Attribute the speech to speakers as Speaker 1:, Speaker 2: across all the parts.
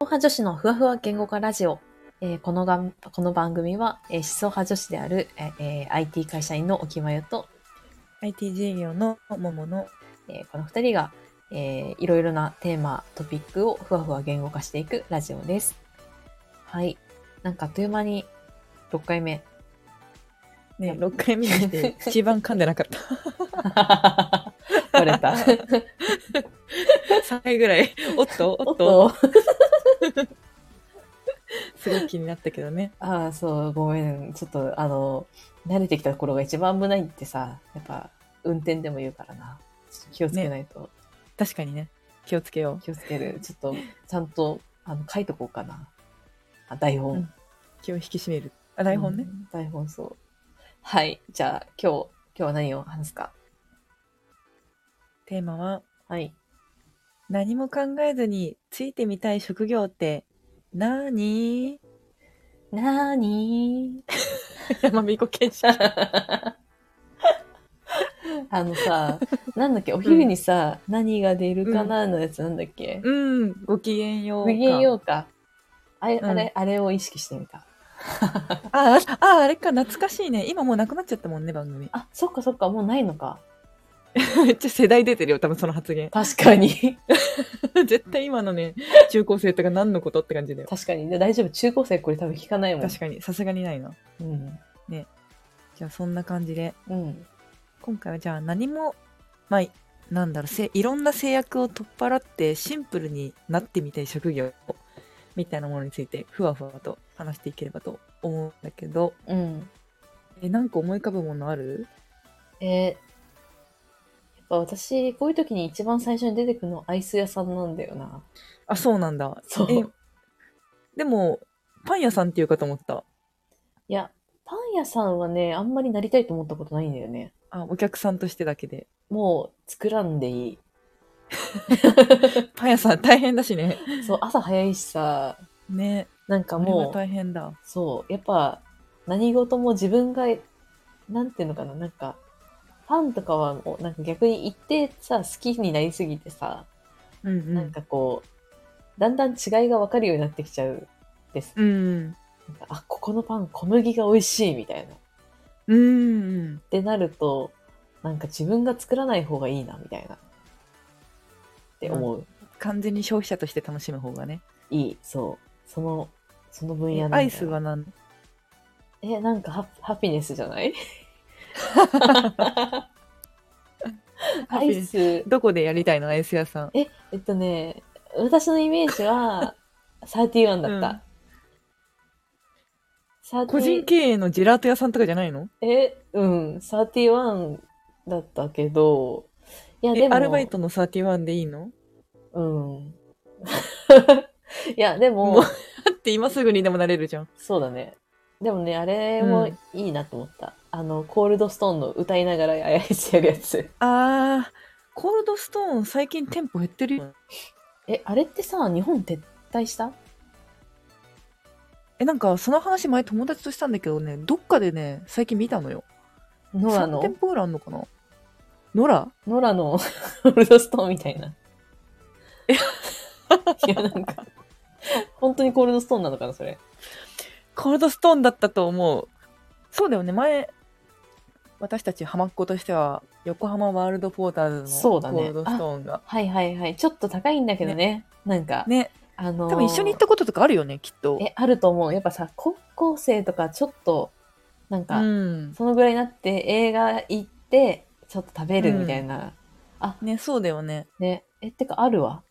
Speaker 1: 派女子のふわふわ言語化ラジオ。えーこのがんこの番組は、えー思想派女子である、えーえー IT 会社員の沖まよと、
Speaker 2: ITG 業の桃の
Speaker 1: えーこの2人が、えーいろいろなテーマトピックをふわふわ言語化していくラジオです。はい。なんかあっという間に6回 目。
Speaker 2: ね、6回目にして 一番噛んでなかった。
Speaker 1: バレた
Speaker 2: 3回ぐら い。おっと
Speaker 1: お
Speaker 2: おっ
Speaker 1: っ
Speaker 2: と
Speaker 1: と。
Speaker 2: すごい気になったけどね。
Speaker 1: ああ、そう、ごめん。ちょっと、あの、慣れてきた頃が一番危ないってさ、やっぱ、運転でも言うからな。ちょっと気をつけないと。
Speaker 2: 確かにね。気をつけよう。
Speaker 1: 気をつける。ちょっと、ちゃんと、あの、書いとこうかな。あ台本。
Speaker 2: うん気を引き締める。あ、台本ね
Speaker 1: う。ん台本そう。はい。じゃあ、今日、今日は何を話すか。
Speaker 2: テーマは、
Speaker 1: はい。
Speaker 2: 何も考えずについてみたい職業って何、
Speaker 1: なーにー
Speaker 2: 山彦健社。
Speaker 1: あのさ、なんだっけ、お昼にさ、何が出るかなのやつなんだっけ。
Speaker 2: うん、ごきげんよ
Speaker 1: ご
Speaker 2: うか。
Speaker 1: きげんようか。あれ、
Speaker 2: うん
Speaker 1: あれ、あれを意識してみた。。
Speaker 2: あ、ああ、あれか、懐かしいね。今もうなくなっちゃったもんね、番組
Speaker 1: あ、そっかそっか、もうないのか。。
Speaker 2: めっちゃ世代出てるよ、多分その発言
Speaker 1: 確かに。
Speaker 2: 絶対今のね、中高生とか何のことって感じだよ。
Speaker 1: 確かに。で大丈夫。中高生これ多分聞かないもん。
Speaker 2: 確かに、さすがにないな。
Speaker 1: うん。
Speaker 2: じゃあそんな感じで
Speaker 1: うん。
Speaker 2: 今回はじゃあ何もまあなんだろうせいろんな制約を取っ払ってシンプルになってみたい職業みたいなものについてふわふわと話していければと思うんだけど
Speaker 1: うん。
Speaker 2: えなんか思い浮かぶものある
Speaker 1: えーやっぱ私、こういう時に一番最初に出てくるのアイス屋さんなんだよな。
Speaker 2: あそうなんだ
Speaker 1: そう。
Speaker 2: えでもパン屋さんっていうかと思った
Speaker 1: いや、パン屋さんはね、あんまりなりたいと思ったことないんだよね。
Speaker 2: あお客さんとしてだけで
Speaker 1: もう作らんでいい。
Speaker 2: パン屋さん大変だしね
Speaker 1: そう、朝早いしさ、
Speaker 2: ね
Speaker 1: なんか
Speaker 2: あれは
Speaker 1: もう、
Speaker 2: 大変だ
Speaker 1: そう、やっぱ何事も自分が、なんていうのかな、なんか、パンとかはもうなんか逆に行ってさ、好きになりすぎてさ、
Speaker 2: うんう
Speaker 1: なん
Speaker 2: ん
Speaker 1: かこう、だんだん違いがわかるようになってきちゃうです。
Speaker 2: うん
Speaker 1: なんかあ、ここのパン小麦が美味しいみたいな。っ
Speaker 2: うんうん
Speaker 1: てなると、なんか自分が作らない方がいいなみたいな。って思う。
Speaker 2: 完全に消費者として楽しむ方がね
Speaker 1: いい、そう。その、その分野なんだ
Speaker 2: アイスは何
Speaker 1: え、なんかハハピネスじゃない アイス、
Speaker 2: どこでやりたいのアイス屋さん。
Speaker 1: え、えっとね、私のイメージ は、31だった。30
Speaker 2: 個人経営のジェラート屋さんとかじゃないの
Speaker 1: え、うん、31だったけど、いや、
Speaker 2: え
Speaker 1: でも、
Speaker 2: アルバイトの31でいいの
Speaker 1: うん。 いや、でも、
Speaker 2: もうだって今すぐにでもなれるじゃん。
Speaker 1: そうだね。でもね、あれもいいなと思った。あの、コールドストーンの歌いながらアイスやるやつ。
Speaker 2: あー、コールドストーン最近店舗減ってるよ。
Speaker 1: え、あれってさ、日本撤退した
Speaker 2: え、なんかその話前友達としたんだけどね、どっかでね、最近見たのよ。
Speaker 1: ノラ
Speaker 2: 3
Speaker 1: の
Speaker 2: 店、舗ぐらいあんのかなノラ
Speaker 1: ノラの コールドストーンみたい な。いや、なんか、本当にコールドストーンなのかな、それ。
Speaker 2: コールドストーンだったと思う。そうだよね、前、私たち浜っ子としては、横浜ワールドポーターズ
Speaker 1: そ
Speaker 2: のコ
Speaker 1: うだね
Speaker 2: ールドストーンが。
Speaker 1: はいはいはい。ちょっと高いんだけどね。なんか、
Speaker 2: ね、
Speaker 1: あのー
Speaker 2: 多分一緒に行ったこととかあるよね、きっと。
Speaker 1: え、あると思う。やっぱさ、高校生とかちょっと、なんか、
Speaker 2: うん。
Speaker 1: そのぐらいになって映画行って、ちょっと食べるみたいな。
Speaker 2: ね、そうだよね。
Speaker 1: ね。え、てか、あるわ。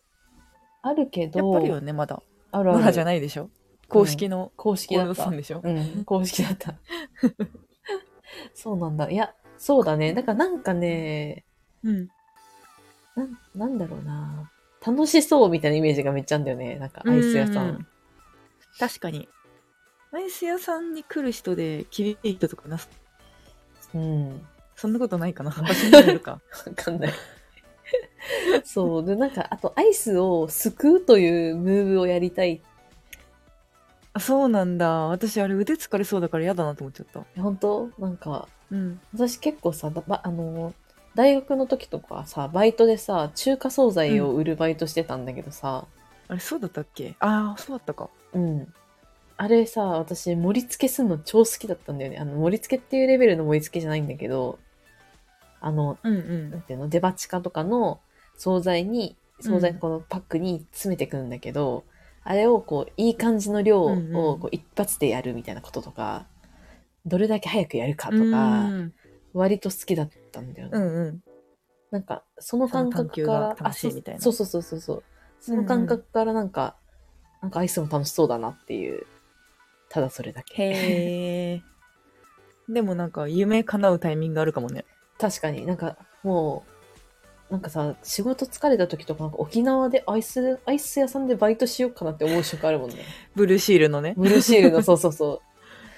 Speaker 1: あるけど、
Speaker 2: やっぱりよね、まだ。
Speaker 1: あるあ
Speaker 2: ま
Speaker 1: る。
Speaker 2: だじゃないでしょ。公式の
Speaker 1: 公式
Speaker 2: コ
Speaker 1: だ
Speaker 2: ールド
Speaker 1: っ
Speaker 2: スト
Speaker 1: た
Speaker 2: ーン。でしょ。
Speaker 1: うん、公式だった。 そうなんだ。いや、そうだね。だからなんかね、
Speaker 2: うん。
Speaker 1: なんなんだろうな。楽しそうみたいなイメージがめっちゃあるんだよね。なんか、アイス屋さ。。
Speaker 2: うん確かに。アイス屋さんに来る人で、厳しい人とかな、
Speaker 1: うん。
Speaker 2: そんなこと ないかな。私になるか。
Speaker 1: わかんない。 そう。で、なんか、あと、アイスをすくうというムーブをやりたい。
Speaker 2: あ、そうなんだ。私、あれ腕疲れそうだから嫌だなと思っちゃった。
Speaker 1: 本当なんか、
Speaker 2: うん。
Speaker 1: 私結構さ、だばあの、大学の時とかさ、バイトでさ、中華惣菜を売るバイトしてたんだけどさ、
Speaker 2: あれ、そうだったっけああ、そうだったか。
Speaker 1: うん。あれさ、私、盛り付けすんの超好きだったんだよね。あの、盛り付けっていうレベルの盛り付けじゃないんだけど、あの、
Speaker 2: うんう
Speaker 1: なん
Speaker 2: ん。
Speaker 1: ていうの、デバ地下とかの惣菜に、惣菜のこのパックに詰めてくんだけど、あれをこう、いい感じの量
Speaker 2: うんうん
Speaker 1: をこう一発でやるみたいなこととか、どれだけ早くやるかと
Speaker 2: う
Speaker 1: か、
Speaker 2: ん
Speaker 1: 割と好きだったんだよね。
Speaker 2: うんうん。
Speaker 1: なんか、その感覚
Speaker 2: そ
Speaker 1: か
Speaker 2: の
Speaker 1: ら、
Speaker 2: 探求が楽しい
Speaker 1: あそう
Speaker 2: みたいな
Speaker 1: そうそうそうそうそう。その感覚からなんか、なんかアイスも楽しそうだなっていう、ただそれだけ。
Speaker 2: へえ。 でもなんか、夢叶うタイミングがあるかもね。
Speaker 1: 確かになんかもうなんかさ仕事疲れた時とかなんか沖縄でアイスアイス屋さんでバイトしようかなって思う瞬間ある もんね
Speaker 2: ブルーシールのね。
Speaker 1: ブルーシールのそうそうそ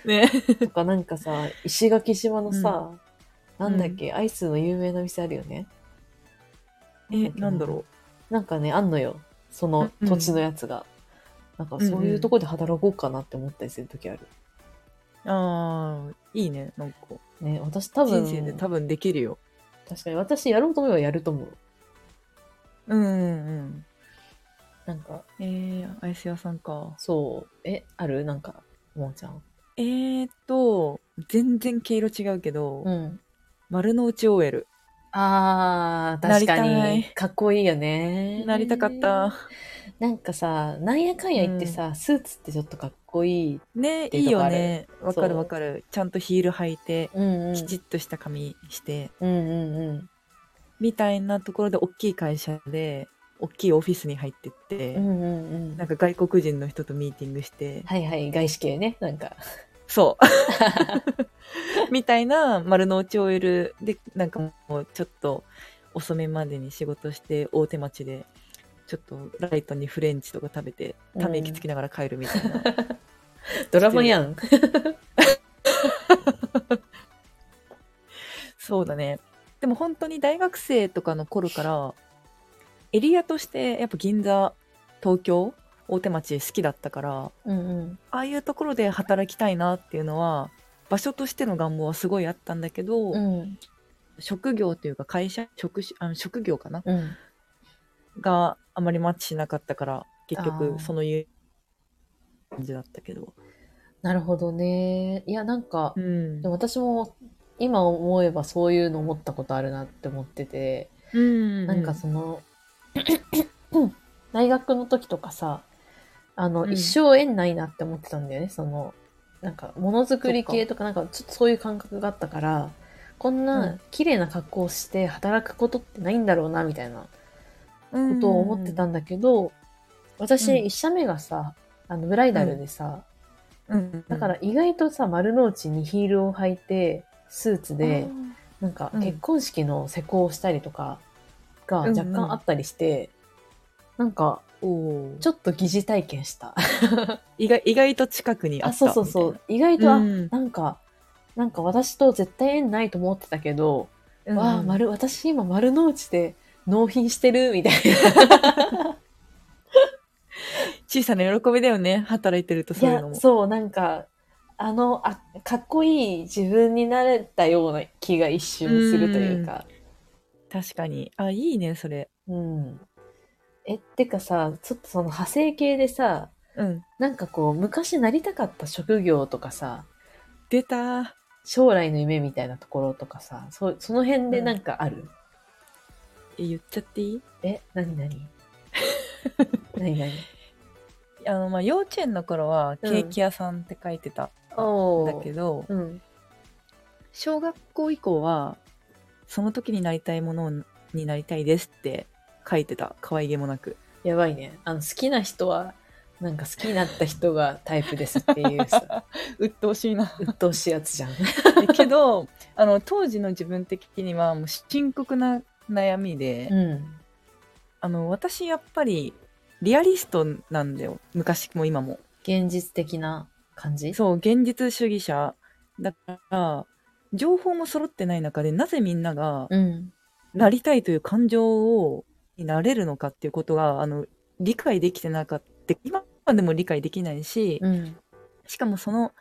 Speaker 2: ね。
Speaker 1: うとかなんかさ石垣島のさ、なんだっけ、アイスの有名な店あるよね
Speaker 2: え、なんだろ
Speaker 1: なんかねあんのよその土地のやつが、なんかそういうとこで働こうかなって思ったりする時ある、
Speaker 2: う。ああ、いいね。なんか、
Speaker 1: ね私多分
Speaker 2: 人生で多分できるよ。
Speaker 1: 確かに私やろうと思えばやると思う
Speaker 2: うんうん
Speaker 1: なんか
Speaker 2: うん。えー、アイス屋さんか。
Speaker 1: そうえあるなんかもーちゃん
Speaker 2: えーっと、全然毛色違うけど、
Speaker 1: うん
Speaker 2: 丸の内 OL。
Speaker 1: あー、確か
Speaker 2: なりたい
Speaker 1: に。かっこいいよね。
Speaker 2: なりたかった。。
Speaker 1: なんかさ、なんやかんや言ってさ、スーツってちょっとかっこいい。
Speaker 2: ね、
Speaker 1: て
Speaker 2: い
Speaker 1: いう
Speaker 2: い
Speaker 1: とこ
Speaker 2: よ
Speaker 1: ある
Speaker 2: ね。わ
Speaker 1: そう
Speaker 2: かるわかる。ちゃんとヒール履いて、
Speaker 1: うんうん。
Speaker 2: きちっとした髪して、
Speaker 1: うんうんうん。
Speaker 2: みたいなところで大きい会社で、大きいオフィスに入ってって、
Speaker 1: うんうんうん
Speaker 2: なんか外国人の人とミーティングして、
Speaker 1: はいはい、外資系ね。なんか。
Speaker 2: そう。みたいな丸の内 OL で、なんかもうちょっと遅めまでに仕事して、大手町で、ちょっとライトにフレンチとか食べて、ため息つきながら帰るみたいな。
Speaker 1: ドラマやん。
Speaker 2: そうだね。でも本当に大学生とかの頃から、エリアとしてやっぱ銀座、東京、大手町好きだったから、
Speaker 1: うんうん。
Speaker 2: ああいうところで働きたいなっていうのは、場所としての願望はすごいあったんだけど、
Speaker 1: うん
Speaker 2: 職業というか会社、職種あの職業かな
Speaker 1: うん。
Speaker 2: があまりマッチしなかったから、結
Speaker 1: あー
Speaker 2: 局そのいう感じだったけど。
Speaker 1: なるほどね。いや、なんか、
Speaker 2: うん
Speaker 1: でも私も今思えばそういうの思ったことあるなって思ってて、
Speaker 2: うん
Speaker 1: なんかその、大学の時とかさ、あの、
Speaker 2: うん
Speaker 1: 一生縁ないなって思ってたんだよね、その、なんか、ものづくり系とか、なんか、ちょっとそういう感覚があったから、こん
Speaker 2: う
Speaker 1: なん綺麗な格好をして働くことってないんだろうな、みたいな
Speaker 2: こ
Speaker 1: ことを思ってたんだけど、私、
Speaker 2: うん
Speaker 1: 一社目がさ、あの、ブライダルでさ、だから意外とさ、丸の内にヒールを履いて、スーツで、なんか
Speaker 2: うん
Speaker 1: 結婚式の施工をしたりとかが
Speaker 2: うんうん
Speaker 1: 若干あったりして、なんかちょっと疑似体験した。
Speaker 2: 意外意外と近くにあ
Speaker 1: あ、
Speaker 2: っ た
Speaker 1: そうそうそう。意外
Speaker 2: み
Speaker 1: と、
Speaker 2: た
Speaker 1: あ
Speaker 2: いなうん
Speaker 1: なんか、なんか私と絶対縁ないと思ってたけど、
Speaker 2: うん
Speaker 1: わあ、丸、私今丸の内で納品してるみたい
Speaker 2: 小さな喜びだよね働いてるとそう
Speaker 1: な。
Speaker 2: いうの
Speaker 1: いや、
Speaker 2: も
Speaker 1: そう、なんか、あの、あ、かっこいい自分になれたような気が一瞬するというか。
Speaker 2: 確かにあいいねそれ
Speaker 1: うん。え、ってかさ、ちょっとその派生系でさ、
Speaker 2: うん
Speaker 1: なんかこう、昔なりたかった職業とかさ、
Speaker 2: 出た
Speaker 1: 将来の夢みたいなところとかさ、そその辺でなんかある、
Speaker 2: え言っちゃっていい
Speaker 1: え、なにな になになに
Speaker 2: あのまあ幼稚園の頃はケ
Speaker 1: うん
Speaker 2: ーキ屋さんって書いてたん
Speaker 1: お
Speaker 2: だけど、
Speaker 1: うん。
Speaker 2: 小学校以降はその時になりたいものになりたいですって書いてた可愛げもなく
Speaker 1: やばいね。あの、好きな人は、なんか好きになった人がタイプですっていう さ、
Speaker 2: 鬱陶しいな
Speaker 1: 鬱陶しいやつじゃん。
Speaker 2: け どあの当時の自分的にはもう深刻な悩みで、
Speaker 1: うん。
Speaker 2: あの私やっぱりリアリストなんだよ昔も今も
Speaker 1: 現実的な感じ
Speaker 2: そう現実主義者だから情報も揃ってない中でなぜみんなが
Speaker 1: うん。
Speaker 2: なりたいという感情をになれるのかっていうことがあの理解できてなかった今でも理解できないし、
Speaker 1: うん。
Speaker 2: しかもその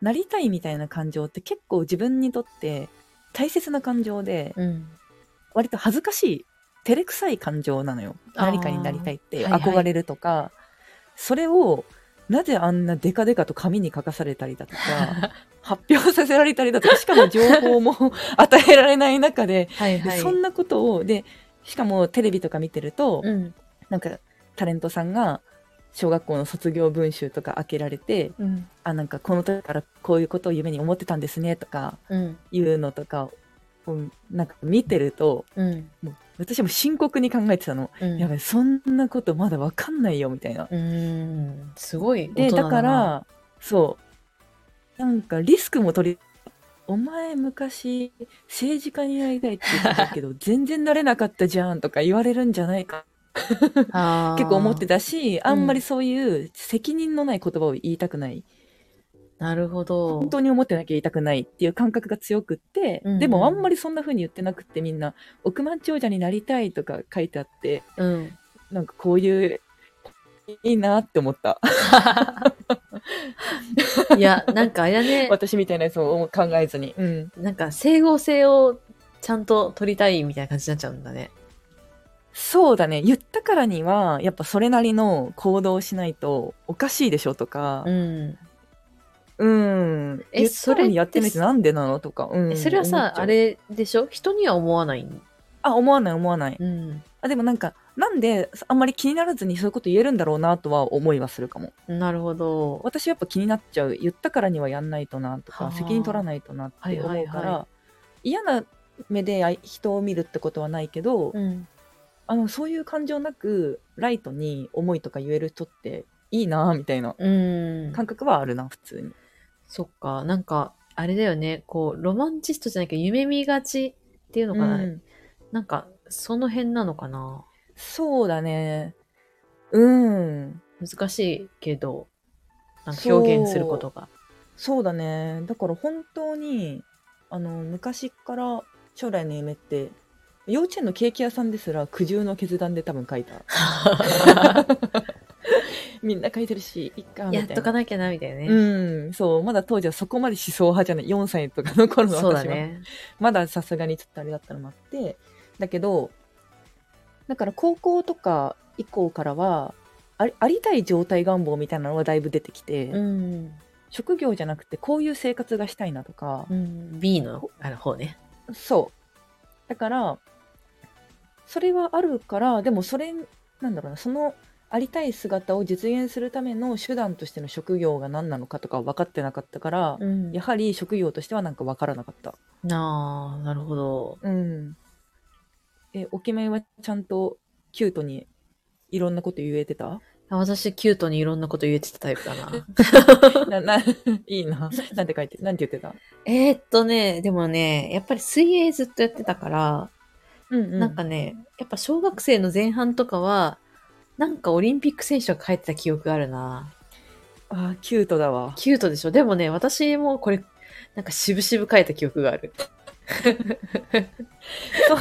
Speaker 2: なりたいみたいな感情って結構自分にとって大切な感情で
Speaker 1: うん。
Speaker 2: 割と恥ずかしい照れくさい感情なのよ
Speaker 1: あー
Speaker 2: 何かになりたいっていう
Speaker 1: はいはい
Speaker 2: 憧れるとか、それをなぜあんなデカデカと紙に書かされたりだ とか発表させられたりだとかしかも情報も 与えられない中で
Speaker 1: はいはい。
Speaker 2: そんなことをでしかもテレビとか見てると、
Speaker 1: うん。
Speaker 2: なんかタレントさんが小学校の卒業文集とか開けられて
Speaker 1: うん。
Speaker 2: あなんかこの時からこういうことを夢に思ってたんですねとか
Speaker 1: うん。
Speaker 2: いうのとかをなんか見てると
Speaker 1: うん。
Speaker 2: もう私も深刻に考えてたの、
Speaker 1: うん。
Speaker 2: やべそんなことまだわかんないよみたいな。
Speaker 1: うーん。すごい大
Speaker 2: で
Speaker 1: 人
Speaker 2: だ
Speaker 1: な。
Speaker 2: からそうなんかリスクも取りお前昔政治家になりたいって言ってたけ ど全然なれなかったじゃんとか言われるんじゃないか
Speaker 1: あー、
Speaker 2: 結構思ってたし
Speaker 1: ん
Speaker 2: あんまりそういう責任のない言葉を言いたくない、
Speaker 1: なるほど。
Speaker 2: 本当に思ってなきゃ言いたくないっていう感覚が強くって、
Speaker 1: うんうん
Speaker 2: でもあんまりそんな風に言ってなくってみんな億万長者になりたいとか書いてあって
Speaker 1: うん。
Speaker 2: なんかこういういいなって思った。
Speaker 1: いや、なんかあれだね
Speaker 2: 私みたいなやつを考えずに、うん、
Speaker 1: なんか整合性をちゃんと取りたいみたいな感じになっちゃうんだね。
Speaker 2: そうだね言ったからにはやっぱそれなりの行動をしないとおかしいでしょとか
Speaker 1: うん。
Speaker 2: うん
Speaker 1: え
Speaker 2: 言ったのにやってみてなんでなのとか、うん
Speaker 1: えそれは
Speaker 2: 思っ
Speaker 1: さ
Speaker 2: ち、ゃう
Speaker 1: あれでしょ人には思わない。
Speaker 2: あ思わない思わない
Speaker 1: うん。
Speaker 2: あでもなんかなんであんまり気にならずにそういうこと言えるんだろうなとは思いはするかも
Speaker 1: なるほど。
Speaker 2: 私やっぱ気になっちゃう言ったからにはやんないとなと
Speaker 1: はあ
Speaker 2: か責任取らないとなって思うから、
Speaker 1: はいはいは
Speaker 2: 嫌な目であい人を見るってことはないけど、
Speaker 1: うん。
Speaker 2: あのそういう感情なくライトに思いとか言える人っていいなみたいな
Speaker 1: うん。
Speaker 2: 感覚はあるな普通に。
Speaker 1: そっか。なんか、あれだよね。こう、ロマンチストじゃなきゃ夢見がちっていうのかな。
Speaker 2: うん
Speaker 1: なんか、その辺なのかな。
Speaker 2: そうだねうん
Speaker 1: 難しいけど、なんか
Speaker 2: そう
Speaker 1: 表現することが。
Speaker 2: そうだねだから本当にあの昔から将来の夢って幼稚園のケーキ屋さんですら苦渋の決断で多分書いた みんな書いてるしいっかみたい
Speaker 1: や
Speaker 2: な
Speaker 1: っとかなきゃな、みたいなね。
Speaker 2: うんそうまだ当時はそこまで思想派じゃない4歳とかの頃の
Speaker 1: そうだ
Speaker 2: 私は、
Speaker 1: ね。
Speaker 2: まださすがにちょっとあれだったのもあってだけどだから高校とか以降からはありありたい状態願望みたいなのはだいぶ出てきて、
Speaker 1: うん。
Speaker 2: 職業じゃなくてこういう生活がしたいなとか
Speaker 1: う、ん、B のあの方ね。
Speaker 2: そうだからそれはあるからでもそれなんだろうなそのありたい姿を実現するための手段としての職業が何なのかとか分かってなかったから、
Speaker 1: うん
Speaker 2: やはり職業としてはなんか分からなかった。
Speaker 1: なあ、なるほど。
Speaker 2: うん、えお決めはちゃんとキュートにいろんなこと言えてた
Speaker 1: あ私、キュートにいろんなこと言えてたタイプだな。
Speaker 2: なないい な。なんて書いてなんて言ってた、
Speaker 1: えーっとね、でもね、やっぱり水泳ずっとやってたから、
Speaker 2: うん
Speaker 1: なんかね、やっぱ小学生の前半とかは、なんかオリンピック選手が帰ってた記憶があるな。
Speaker 2: あーキュートだわ。
Speaker 1: キュートでしょでもね、私もこれ、なんか渋々書いた記憶がある。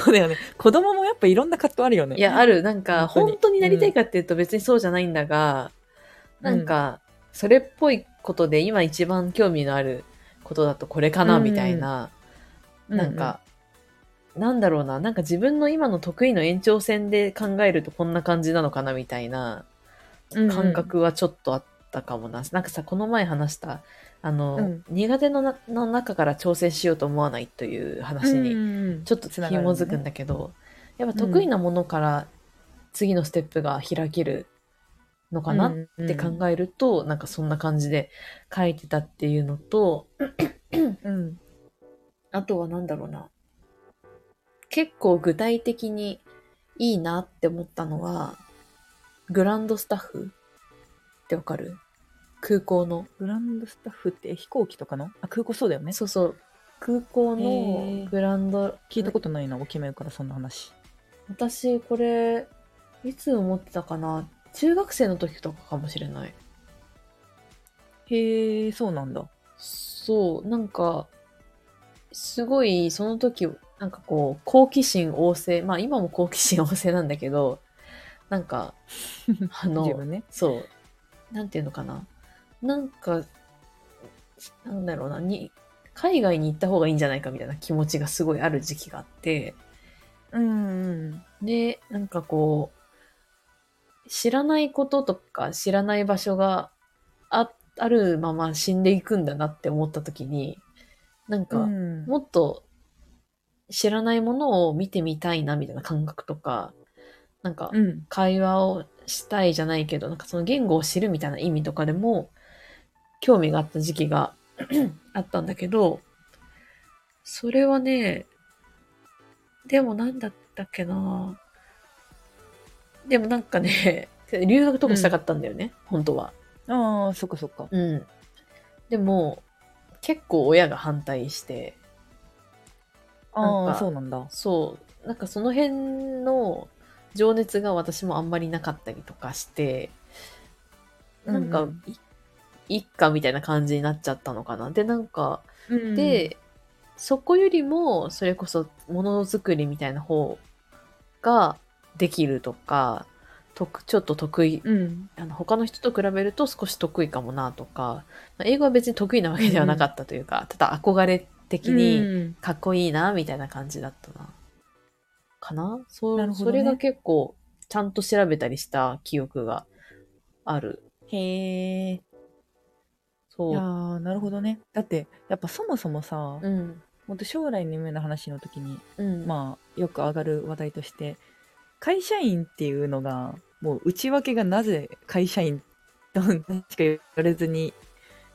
Speaker 2: そうだよね。子供もやっぱいろんな葛藤あるよね。
Speaker 1: いや、ある。なんか、
Speaker 2: 本当に
Speaker 1: 本当になりたいかっていうと別にそうじゃないんだが、なんか、それっぽいことで今一番興味のあることだとこれかな、
Speaker 2: うん
Speaker 1: みたいな。
Speaker 2: うん
Speaker 1: なんか、なんだろうな、なんか自分の今の得意の延長線で考えるとこんな感じなのかなみたいな
Speaker 2: うん
Speaker 1: 感覚はちょっとあったかもな。なんかさ、この前話した、あの、
Speaker 2: うん
Speaker 1: 苦手のなの中から挑戦しようと思わないという話に
Speaker 2: に
Speaker 1: ちょっと紐づくんだけど、やっぱ得意なものから次のステップが開けるのかなって考えると、なんかそんな感じで書いてたっていうのと、
Speaker 2: え、うん
Speaker 1: あとは何だろうな。結構具体的にいいなって思ったのは、グランドスタッフってわかる空港の。
Speaker 2: グランドスタッフって飛行機とかのあ空港そうだよね
Speaker 1: そうそう。空港
Speaker 2: へ
Speaker 1: の
Speaker 2: ー
Speaker 1: グランド、
Speaker 2: 聞いたことないなお決めからそんな話
Speaker 1: 私これいつ思ってたかな中学生の時とかかもしれない
Speaker 2: へえそうなんだ
Speaker 1: そうなんかすごいその時なんかこう好奇心旺盛まあ今も好奇心旺盛なんだけどなん かあの
Speaker 2: 自分ね
Speaker 1: そうなんていうのかななんかなんだろうなに海外に行った方がいいんじゃないかみたいな気持ちがすごいある時期があって、
Speaker 2: うんうん。
Speaker 1: で、なんかこう、知らないこととか知らない場所がああるまま死んでいくんだなって思った時に、なんか、
Speaker 2: うん
Speaker 1: もっと知らないものを見てみたいなみたいな感覚とか、なんか
Speaker 2: うん。
Speaker 1: 会話をしたいじゃないけど、なんかその言語を知るみたいな意味とかでも興味があった時期が あったんだけど、それはね、でもなんだったっけなでもなんかね、 留学とかしたかったんだよね、本当は。
Speaker 2: ああ、そっかそっか。
Speaker 1: うん。でも、結構親が反対して、
Speaker 2: あ
Speaker 1: なん
Speaker 2: あ、
Speaker 1: か
Speaker 2: そうなんだ。
Speaker 1: そう、なんかその辺の情熱が私もあんまりなかったりとかして、なんか、
Speaker 2: う
Speaker 1: い一家みたいな感じになっちゃったのかな。で、なんか、
Speaker 2: うん、
Speaker 1: で、そこよりも、それこそものづくりみたいな方ができるとか、とくちょっと得意、
Speaker 2: うん。
Speaker 1: あの他の人と比べると少し得意かもなとか、まあ英語は別に得意なわけではなかったというか、ただ憧れ的に、
Speaker 2: うん
Speaker 1: かっこいいなみたいな感じだったな。かなそう
Speaker 2: なるほ
Speaker 1: そ
Speaker 2: どね
Speaker 1: れが結構ちゃんと調べたりした記憶がある。
Speaker 2: へえ。い
Speaker 1: そ
Speaker 2: や
Speaker 1: う。
Speaker 2: ーなるほどね。だって、やっぱそもそもさ、
Speaker 1: うん。
Speaker 2: もっと将来の夢の話の時に、
Speaker 1: うん。あ、
Speaker 2: まあ、よく上がる話題として、会社員っていうのが、もう内訳がなぜ会社員としか言われずに、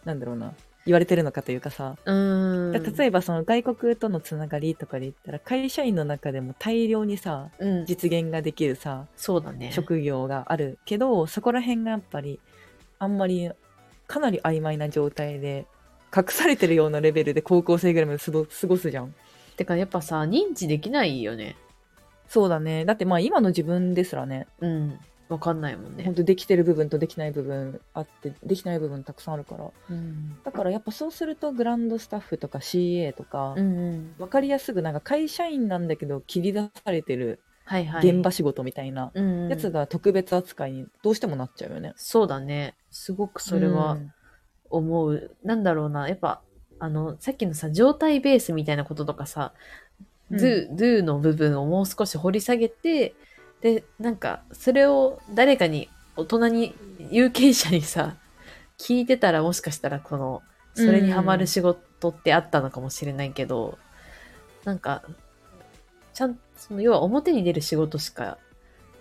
Speaker 2: なんだろうな、言われてるのかというかさ、
Speaker 1: うーん。
Speaker 2: 例
Speaker 1: え
Speaker 2: えばその外国とのつながりとかで言ったら、会社員の中でも大量にさ、
Speaker 1: ば、うん、
Speaker 2: 実現ができるさ、
Speaker 1: そうだね。
Speaker 2: 職業があるけどそこら辺がやっぱりあんまりかなり曖昧な状態で隠されてるようなレベルで高校生ぐらいまで過ご過ごすじゃん
Speaker 1: てかやっぱさ、認知できないよね。
Speaker 2: そうだねだってまあ今の自分ですらね
Speaker 1: うん。わかんないもん
Speaker 2: 本
Speaker 1: ね。
Speaker 2: 当できてる部分とできない部分あってできてない部分たくさんあるから
Speaker 1: うん。
Speaker 2: だからやっぱそうするとグランドスタッフとか CA とか、
Speaker 1: うんうん。
Speaker 2: 分かりやすくなんか会社員なんだけど切り出されてる
Speaker 1: はいはい。
Speaker 2: 現場仕事みたいな
Speaker 1: うん。
Speaker 2: やつ。が特別扱いにどうしてもなっちゃうよね。
Speaker 1: そうだね。すごくそれは、
Speaker 2: うん
Speaker 1: 思う。なんだろうな、やっぱ、あの、さっきのさ、状態ベースみたいなこととかさ、
Speaker 2: うん
Speaker 1: do、do の部分をもう少し掘り下げて、で、なんか、それを誰かに、大人に、有権者にさ、聞いてたらもしかしたら、この、それにハマる仕事ってあったのかもしれないけど、なんか、ちゃん、その、要は表に出る仕事しか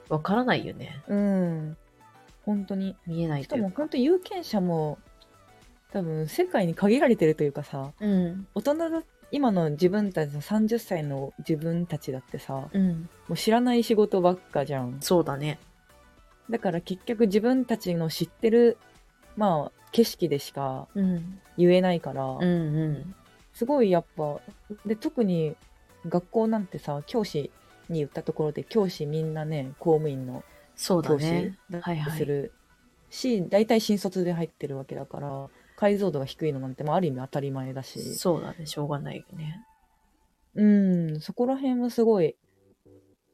Speaker 1: わからないよね。
Speaker 2: うん本当に
Speaker 1: 見えない
Speaker 2: し
Speaker 1: と
Speaker 2: か
Speaker 1: い
Speaker 2: も
Speaker 1: うか。
Speaker 2: 本当有権者も多分世界に限られてるというかさ
Speaker 1: うん。
Speaker 2: 大人だ今の自分たちの30歳の自分たちだってさも
Speaker 1: うん。
Speaker 2: う知らない仕事ばっかじゃん
Speaker 1: そうだね。
Speaker 2: だから結局自分たちの知ってるまあ景色でしか
Speaker 1: うん。
Speaker 2: 言えないから、
Speaker 1: うんうん。
Speaker 2: すごいやっぱで特に学校なんてさ教師に言ったところで教師みんなね公務員の
Speaker 1: そうだ
Speaker 2: 教師
Speaker 1: ね。はいは
Speaker 2: す
Speaker 1: い。
Speaker 2: るし、大体新卒で入ってるわけだから解像度が低いのなんて、まあ、ある意味当たり前だし
Speaker 1: そうだね。しょうがないよ ね。
Speaker 2: うんそこら辺はすごい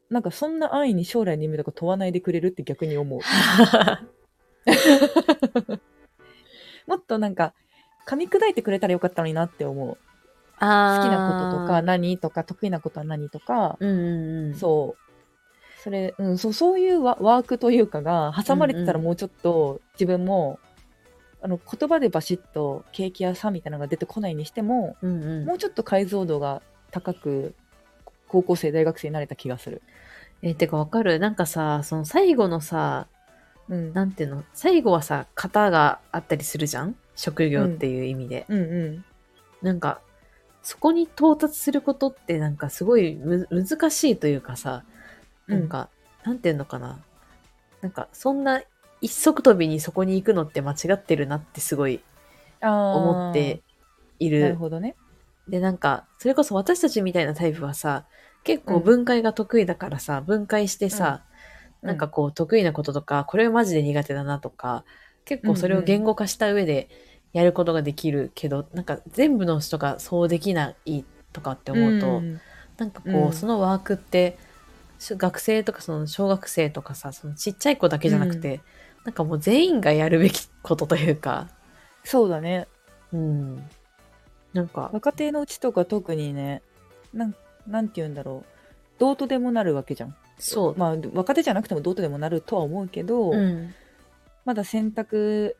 Speaker 2: なんかそんな安易に将来の夢とか問わないでくれるって逆に思うもっとなんか噛み砕いてくれたらよかったのになって思う好きなこととか
Speaker 1: と
Speaker 2: 何とか得意なことは何とか、
Speaker 1: と、うんうんうん。
Speaker 2: そうそれ、うん、そうそういうワワークというかが挟まれてたら
Speaker 1: うん
Speaker 2: もうちょっと自分も、あの言葉でバシッとケーキ屋さんみたいなのが出てこないにしても、
Speaker 1: うんうん
Speaker 2: もうちょっと解像度が高く高校生大学生になれた気がする。
Speaker 1: えてかわかるなんかさ、その最後のさ、
Speaker 2: うん、
Speaker 1: なんていうの最後はさ、型があったりするじゃん職業っていう意味で。
Speaker 2: うんうん
Speaker 1: なんか、そこに到達することってなんかすごいむ難しいというかさ、なんか、なんていうのかな。なんか、そんな一足飛びにそこに行くのって間違ってるなってすごい思
Speaker 2: 思
Speaker 1: ってい
Speaker 2: なる
Speaker 1: る
Speaker 2: ほどね。
Speaker 1: で、なんか、それこそ私たちみたいなタイプはさ、結
Speaker 2: う
Speaker 1: 構
Speaker 2: ん
Speaker 1: 分解が得意だからさ、分解してさ、
Speaker 2: うん
Speaker 1: なんかこう得意なこととか、これマジで苦手だなとか、結構それ
Speaker 2: うん
Speaker 1: を
Speaker 2: うん
Speaker 1: 言語化した上でやることができるけど、なんか全部の人がそうできないとかって思うと、
Speaker 2: ん
Speaker 1: なんかこ
Speaker 2: うん
Speaker 1: う、そのワークって、し学生とかその小学生とかさ、そのちっちゃい子だけじゃなくて、なんかもう全員がやるべきことというか、
Speaker 2: そうだね
Speaker 1: うん。なんか、
Speaker 2: 若手のうちとか特にねなんなんて言うんだろうどうとでもなるわけじゃん。
Speaker 1: そう。
Speaker 2: まあ、若手じゃなくてもどうとでもなるとは思うけど、
Speaker 1: うん。
Speaker 2: まだ選択、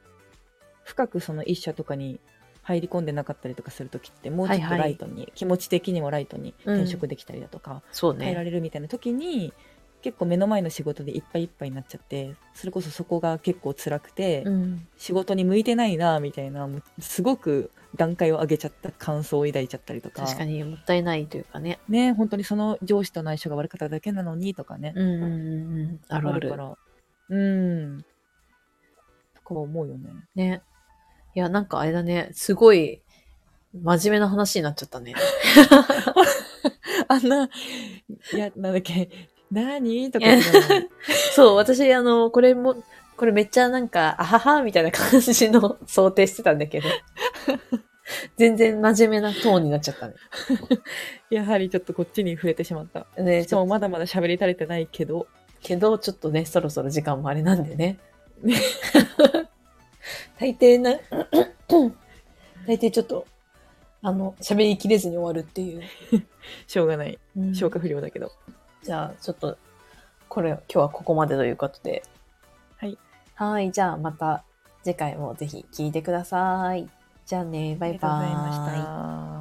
Speaker 2: 深くその一社とかに入り込んでなかったりとかするときって、もうちょっ
Speaker 1: は
Speaker 2: と
Speaker 1: いは
Speaker 2: ラ
Speaker 1: い
Speaker 2: イトに、気持ち的にもライトに
Speaker 1: うん
Speaker 2: 転職できたりだとか、
Speaker 1: そう
Speaker 2: 変えら
Speaker 1: ね。
Speaker 2: れるみたいな時に、結構目の前の仕事でいっぱいいっぱいになっちゃって、それこそそこが結構辛くて、
Speaker 1: うん。
Speaker 2: 仕事に向いてないな、みたいな、もうすごく段階を上げちゃった感想を抱いちゃったりとか、
Speaker 1: 確かにもったいないというかね。
Speaker 2: ね、本当にその上司との相性が悪かっただけなのにとかね、
Speaker 1: うんうんうんうん。あるある
Speaker 2: か。ら。うん。とか思うよね。
Speaker 1: ね。いや、なんかあれだね。すごい、真面目な話になっちゃった ね。
Speaker 2: あんな、いや、なんだっけ、 何とか言って たのに
Speaker 1: そう、私、あの、これも、これめっちゃなんか、あはは、みたいな感じの想定してたんだ けど。全然真面目なトーンになっちゃったね。
Speaker 2: やはりちょっとこっちに触れてしまった。
Speaker 1: ね、
Speaker 2: し
Speaker 1: ち
Speaker 2: か
Speaker 1: ょ
Speaker 2: もまだまだ喋り足りてないけど、
Speaker 1: けど、ちょっとね、そろそろ時間もあれなんでね。 大抵な、 大抵ちょっと、あの、喋りきれずに終わるっていう。
Speaker 2: しょうがない。
Speaker 1: うん
Speaker 2: 消化不良だけど。
Speaker 1: じゃあ、ちょっと、これ、今日はここまでということで。
Speaker 2: はい。
Speaker 1: はい、じゃあまた次回もぜひ聞いてください。じゃあね、バイバイ。
Speaker 2: ありがとうございました。